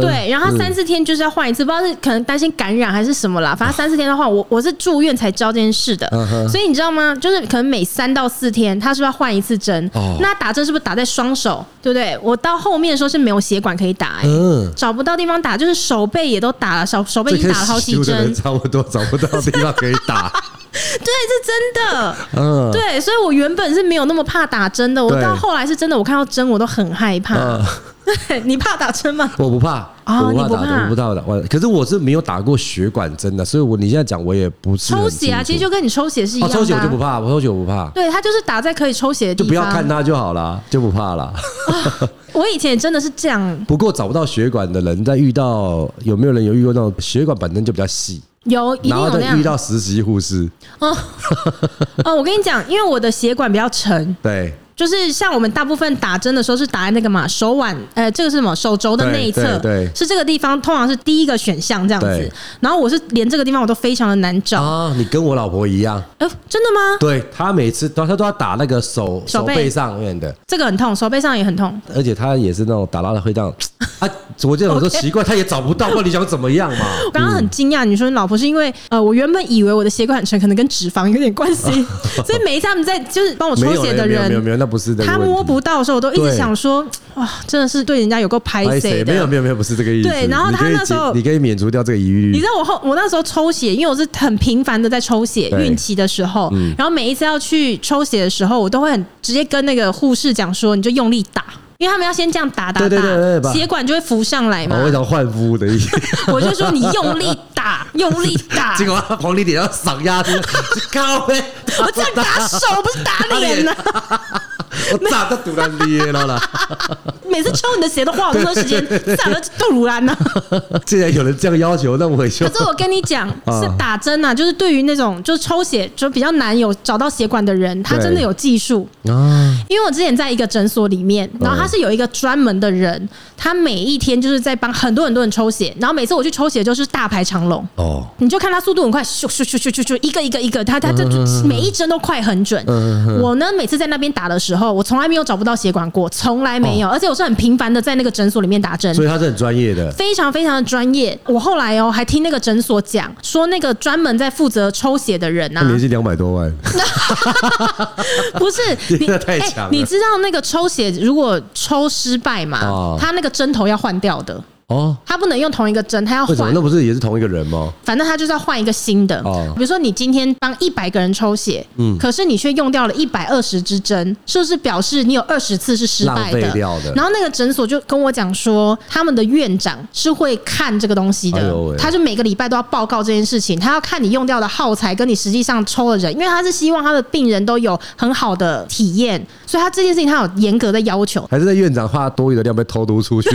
[SPEAKER 1] 对，然后它三四天就是要换一次，不知道是可能担心感染还是什么啦。反正
[SPEAKER 2] 嗯
[SPEAKER 1] 三四天的话，我我是住院才知道这件事的，所以你知道吗？就是可能每三到四天，它是不是要换一次针
[SPEAKER 2] 哦。
[SPEAKER 1] 那打针是不是打在双手？对不对？我到后面的时候是没有血管可以打，哎
[SPEAKER 2] 嗯，
[SPEAKER 1] 找不到地方打，就是手背也都打了，手手背已经打了好几
[SPEAKER 2] 这跟修的
[SPEAKER 1] 针
[SPEAKER 2] 人，差不多找不到地方可以打。
[SPEAKER 1] 对，是真的。
[SPEAKER 2] 嗯，
[SPEAKER 1] 对，所以我原本是没有那么怕打针的，我
[SPEAKER 2] 对
[SPEAKER 1] 到后来是真的，我看到针我都很害怕。
[SPEAKER 2] 嗯
[SPEAKER 1] 对你怕打针吗？
[SPEAKER 2] 我不怕，
[SPEAKER 1] 哦
[SPEAKER 2] 我
[SPEAKER 1] 你
[SPEAKER 2] 不
[SPEAKER 1] 不
[SPEAKER 2] 怕打
[SPEAKER 1] 怕
[SPEAKER 2] 针，我不怕打。我可是我是没有打过血管针的，所以我你现在讲我也不是很
[SPEAKER 1] 抽血啊，
[SPEAKER 2] 清
[SPEAKER 1] 其实
[SPEAKER 2] 楚
[SPEAKER 1] 就跟你抽血是一
[SPEAKER 2] 哦，
[SPEAKER 1] 样的、啊
[SPEAKER 2] 抽血我就不怕，我抽血我不怕，
[SPEAKER 1] 对，它就是打在可以抽血的地
[SPEAKER 2] 就
[SPEAKER 1] 方。
[SPEAKER 2] 不要看它就好了，就不怕了。
[SPEAKER 1] 我以前也真的是这样，
[SPEAKER 2] 不过找不到血管的人，在遇到有没有人有遇过那种血管本身就比较细，
[SPEAKER 1] 有一定
[SPEAKER 2] 然后
[SPEAKER 1] 有那
[SPEAKER 2] 再
[SPEAKER 1] 样。
[SPEAKER 2] 遇到实习护士，
[SPEAKER 1] 哦 哦，我跟你讲，因为我的血管比较沉，
[SPEAKER 2] 对，
[SPEAKER 1] 就是像我们大部分打针的时候是打在那个嘛手腕，呃，这个是什么手肘的内侧，
[SPEAKER 2] 对对对
[SPEAKER 1] 是这个地方，通常是第一个选项这样子
[SPEAKER 2] 对。
[SPEAKER 1] 然后我是连这个地方我都非常的难找。
[SPEAKER 2] 啊，你跟我老婆一样，
[SPEAKER 1] 哎、真的吗？
[SPEAKER 2] 对她每次都她都要打那个手
[SPEAKER 1] 手
[SPEAKER 2] 手
[SPEAKER 1] 背
[SPEAKER 2] 背上面的，
[SPEAKER 1] 这个很痛，手背上也很痛。
[SPEAKER 2] 而且她也是那种打到了会这样啊，我就想说
[SPEAKER 1] OK
[SPEAKER 2] 奇怪，她也找不到，到底想怎么样嘛？
[SPEAKER 1] 我刚刚很惊讶，你说你老婆是因为呃，我原本以为我的血管很沉，可能跟脂肪有点关系，所以每一次他们在就是帮我抽
[SPEAKER 2] 没有
[SPEAKER 1] 血
[SPEAKER 2] 没有
[SPEAKER 1] 的
[SPEAKER 2] 没有
[SPEAKER 1] 人
[SPEAKER 2] 没有没有，那那不是这个
[SPEAKER 1] 他
[SPEAKER 2] 问题
[SPEAKER 1] 摸不到的时候，我都一直
[SPEAKER 2] 对
[SPEAKER 1] 想说，哇，真的是对人家有够拍
[SPEAKER 2] 拍
[SPEAKER 1] 谁
[SPEAKER 2] 谁？
[SPEAKER 1] 的。
[SPEAKER 2] 没有没有没有，不是这个意思。
[SPEAKER 1] 对然后
[SPEAKER 2] 你
[SPEAKER 1] 他
[SPEAKER 2] 可以
[SPEAKER 1] 那时
[SPEAKER 2] 解
[SPEAKER 1] 候
[SPEAKER 2] 你可以免除掉这个疑虑
[SPEAKER 1] 你知。道我后我那时候抽血，因为我是很频繁的在抽血，
[SPEAKER 2] 对
[SPEAKER 1] 孕期的时候，然后每一次要去抽血的时候，我都会很直接跟那个护士讲说，你就用力打，因为他们要先这样打打打，
[SPEAKER 2] 对对对对把
[SPEAKER 1] 血管就会浮上来嘛
[SPEAKER 2] 哦，。我想换夫的意思，
[SPEAKER 1] 我就说你用力打，用力打，
[SPEAKER 2] 结果他黄历脸要赏鸭子， 靠呗，
[SPEAKER 1] 我这样打手不是打脸呢、
[SPEAKER 2] 我咋都堵他捏了啦！
[SPEAKER 1] 每次抽你的血都花好多时间，咋了都如然呢、
[SPEAKER 2] 既然有人这样要求，那我就
[SPEAKER 1] 可是我跟你讲，
[SPEAKER 2] 啊
[SPEAKER 1] 是打针啊，就是对于那种就是抽血就比较难有找到血管的人，他
[SPEAKER 2] 对
[SPEAKER 1] 真的有技术。
[SPEAKER 2] 啊，
[SPEAKER 1] 因为我之前在一个诊所里面，然后他是有一个专门的人，他每一天就是在帮很多很多人抽血，然后每次我去抽血就是大排长龙。
[SPEAKER 2] 哦，
[SPEAKER 1] 你就看他速度很快，咻咻咻咻咻咻，一个一个一个，他他这每一针都快很准。我呢，每次在那边打的时候，我从来没有找不到血管过，从来没有，而且我是很频繁的在那个诊所里面打针
[SPEAKER 2] 所。以他是很专业的，
[SPEAKER 1] 非常非常的专业，我后来哦还听那个诊所讲说，那个专门在负责抽血的人啊
[SPEAKER 2] 他，年薪两百多万，
[SPEAKER 1] 不是 你
[SPEAKER 2] 那太强了
[SPEAKER 1] 哎你知道那个抽血如果抽失败嘛，
[SPEAKER 2] 哦
[SPEAKER 1] 他那个针头要换掉的，
[SPEAKER 2] 哦，
[SPEAKER 1] 他不能用同一个针，他要
[SPEAKER 2] 为什么？
[SPEAKER 1] 换
[SPEAKER 2] 那。不是也是同一个人吗？
[SPEAKER 1] 反正他就是要换一个新的。
[SPEAKER 2] 哦嗯
[SPEAKER 1] 比如说你今天帮一百个人抽血，可是你却用掉了一百二十支针，是不是表示你有二十次是失败
[SPEAKER 2] 浪
[SPEAKER 1] 的？
[SPEAKER 2] 费掉的
[SPEAKER 1] 然后那个诊所就跟我讲说，他们的院长是会看这个东西的，
[SPEAKER 2] 哎呦喂
[SPEAKER 1] 他就每个礼拜都要报告这件事情，他要看你用掉的耗材跟你实际上抽的人，因为他是希望他的病人都有很好的体验，所以他这件事情他有严格的要求。
[SPEAKER 2] 还是在院长花多余的量被偷 渡出去？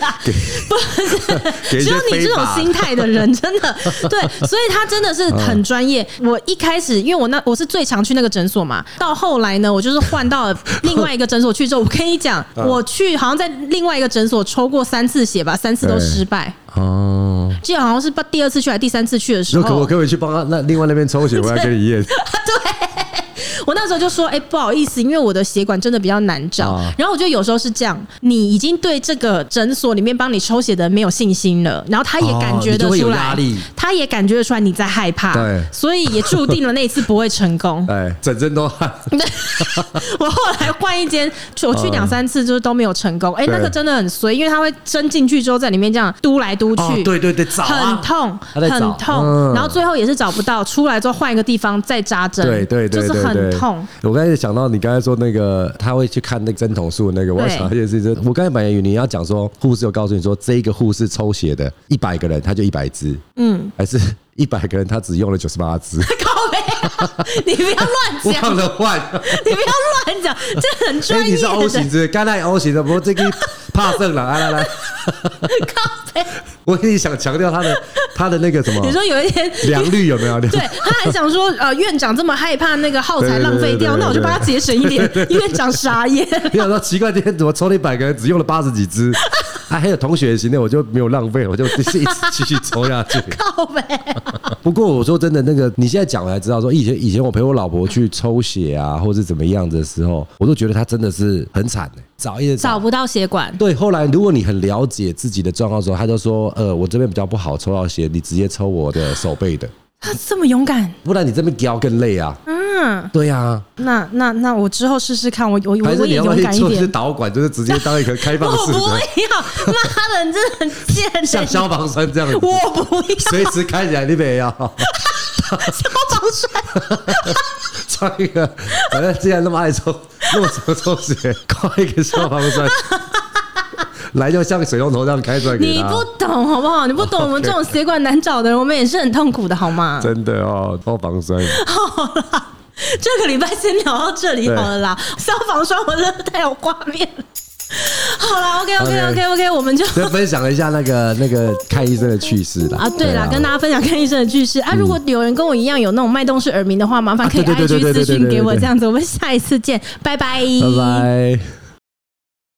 [SPEAKER 1] 啊
[SPEAKER 2] 给一
[SPEAKER 1] 只
[SPEAKER 2] 些
[SPEAKER 1] 有你这种
[SPEAKER 2] 非法
[SPEAKER 1] 心态的人，真 的对，所以他真的是很专业。
[SPEAKER 2] 嗯
[SPEAKER 1] 我一开始因为我那我是最常去那个诊所嘛，到后来呢，我就是换到了另外一个诊所去之后，我跟你讲，
[SPEAKER 2] 嗯
[SPEAKER 1] 我去好像在另外一个诊所抽过三次血吧，三次都失败，
[SPEAKER 2] 哦，
[SPEAKER 1] 记得好像是不第二次去还是第三次去的时
[SPEAKER 2] 如果
[SPEAKER 1] 候，
[SPEAKER 2] 我可不可以去帮他那另外那边抽血，我要跟你 验，
[SPEAKER 1] 我那时候就说，哎、不好意思，因为我的血管真的比较难找。
[SPEAKER 2] 啊
[SPEAKER 1] 然后我觉得有时候是这样，你已经对这个诊所里面帮你抽血的人没有信心了，然后他也感觉得
[SPEAKER 2] 哦你就会
[SPEAKER 1] 出
[SPEAKER 2] 有
[SPEAKER 1] 来，
[SPEAKER 2] 压力
[SPEAKER 1] 他也感觉得出来你在害怕，
[SPEAKER 2] 对。
[SPEAKER 1] 所以也注定了那一次不会成功
[SPEAKER 2] 哎，整身都汗，
[SPEAKER 1] 我后来换一间，去我去两三次就是都没有成功。哎、
[SPEAKER 2] 对
[SPEAKER 1] 那个真的很衰，因为他会伸进去之后在里面这样嘟来嘟去，
[SPEAKER 2] 哦对对对找啊
[SPEAKER 1] 很痛，
[SPEAKER 2] 他在
[SPEAKER 1] 很
[SPEAKER 2] 找
[SPEAKER 1] 痛、
[SPEAKER 2] 嗯
[SPEAKER 1] 然后最后也是找不到，出来之后换一个地方再扎针，
[SPEAKER 2] 对对对
[SPEAKER 1] 就是
[SPEAKER 2] 对
[SPEAKER 1] 很
[SPEAKER 2] 对
[SPEAKER 1] 痛。。
[SPEAKER 2] 我刚才想到你刚才说那个他会去看那个针筒数那个，我要
[SPEAKER 1] 对
[SPEAKER 2] 想到一件事情，就是我刚才本来以为你要讲说护士有告诉你说这一个护士抽血的一百个人他就一百支，嗯，还是一百个人他只用了九十八支，
[SPEAKER 1] 靠背、啊，你不要乱讲
[SPEAKER 2] 忘，了换。
[SPEAKER 1] 你不要乱讲，这很
[SPEAKER 2] 哎，
[SPEAKER 1] 专业
[SPEAKER 2] 你
[SPEAKER 1] 的。
[SPEAKER 2] 是 O 型是不是？刚才 O 型的，不过这个怕剩了，来来来，
[SPEAKER 1] 靠背，
[SPEAKER 2] 我跟你想强调他的 他的那个什么
[SPEAKER 1] 你说有一天，
[SPEAKER 2] 良率有没有？
[SPEAKER 1] 对，他还想说，呃，院长这么害怕那个耗材
[SPEAKER 2] 对对对
[SPEAKER 1] 浪费掉，
[SPEAKER 2] 对对
[SPEAKER 1] 那我就
[SPEAKER 2] 对
[SPEAKER 1] 帮他节省一点。院长傻眼，
[SPEAKER 2] 你想说奇怪，今天怎么抽了一百个人，只用了八十几支？ 啊，还有同学型的，我就没有浪费，我就一直一直继续抽下去。
[SPEAKER 1] 靠背，
[SPEAKER 2] 不过我说真的，那个你现在讲我才知道，说以前以前我陪我老婆去抽血啊，或是怎么样的时候，我都觉得她真的是很惨的、早一点
[SPEAKER 1] 找不到血管。
[SPEAKER 2] 对，后来如果你很了解自己的状况的时候，他就说，呃，我这边比较不好抽到血，你直接抽我的手背的，
[SPEAKER 1] 他这么勇敢，
[SPEAKER 2] 不然你这边腰更累啊。嗯，对呀、啊，
[SPEAKER 1] 那那那我之后试试看，我我
[SPEAKER 2] 还
[SPEAKER 1] 我
[SPEAKER 2] 是
[SPEAKER 1] 我
[SPEAKER 2] 你
[SPEAKER 1] 也勇
[SPEAKER 2] 要不要去
[SPEAKER 1] 敢一
[SPEAKER 2] 做是
[SPEAKER 1] 点。
[SPEAKER 2] 导管，就是直接当一个开放
[SPEAKER 1] 我
[SPEAKER 2] 式
[SPEAKER 1] 不
[SPEAKER 2] 的，
[SPEAKER 1] 要，妈的，你真的很贱
[SPEAKER 2] 像
[SPEAKER 1] 人！
[SPEAKER 2] 消防栓这样子，
[SPEAKER 1] 我不要
[SPEAKER 2] 随时开起来，你没有。
[SPEAKER 1] 消防栓，
[SPEAKER 2] 穿一个，反正既然那么爱抽，那么怎么抽血？挂一个消防栓，来就像水龙头这样开出来给
[SPEAKER 1] 你
[SPEAKER 2] 他。
[SPEAKER 1] 不懂好不好？你不懂我们这种血管难找的人，我们也是很痛苦的好吗？
[SPEAKER 2] 真的哦，消防栓。
[SPEAKER 1] 好啦，这个礼拜先聊到这里好了啦。消防栓我真的太有画面了。好啦 o k OK
[SPEAKER 2] OK
[SPEAKER 1] OK OK，我们就。
[SPEAKER 2] 再分享一下那个那个看医生的趣事啦。
[SPEAKER 1] 啊，对啦，
[SPEAKER 2] 啊
[SPEAKER 1] 跟大家分享看医生的句式啊。如果有人跟我一样有那种脉动式耳鸣的话，麻烦可以
[SPEAKER 2] 啊对对对
[SPEAKER 1] IG
[SPEAKER 2] 对对
[SPEAKER 1] 私
[SPEAKER 2] 对对
[SPEAKER 1] 讯给我，
[SPEAKER 2] 对对
[SPEAKER 1] 这样子，我们下一次见，拜拜，
[SPEAKER 2] 拜拜。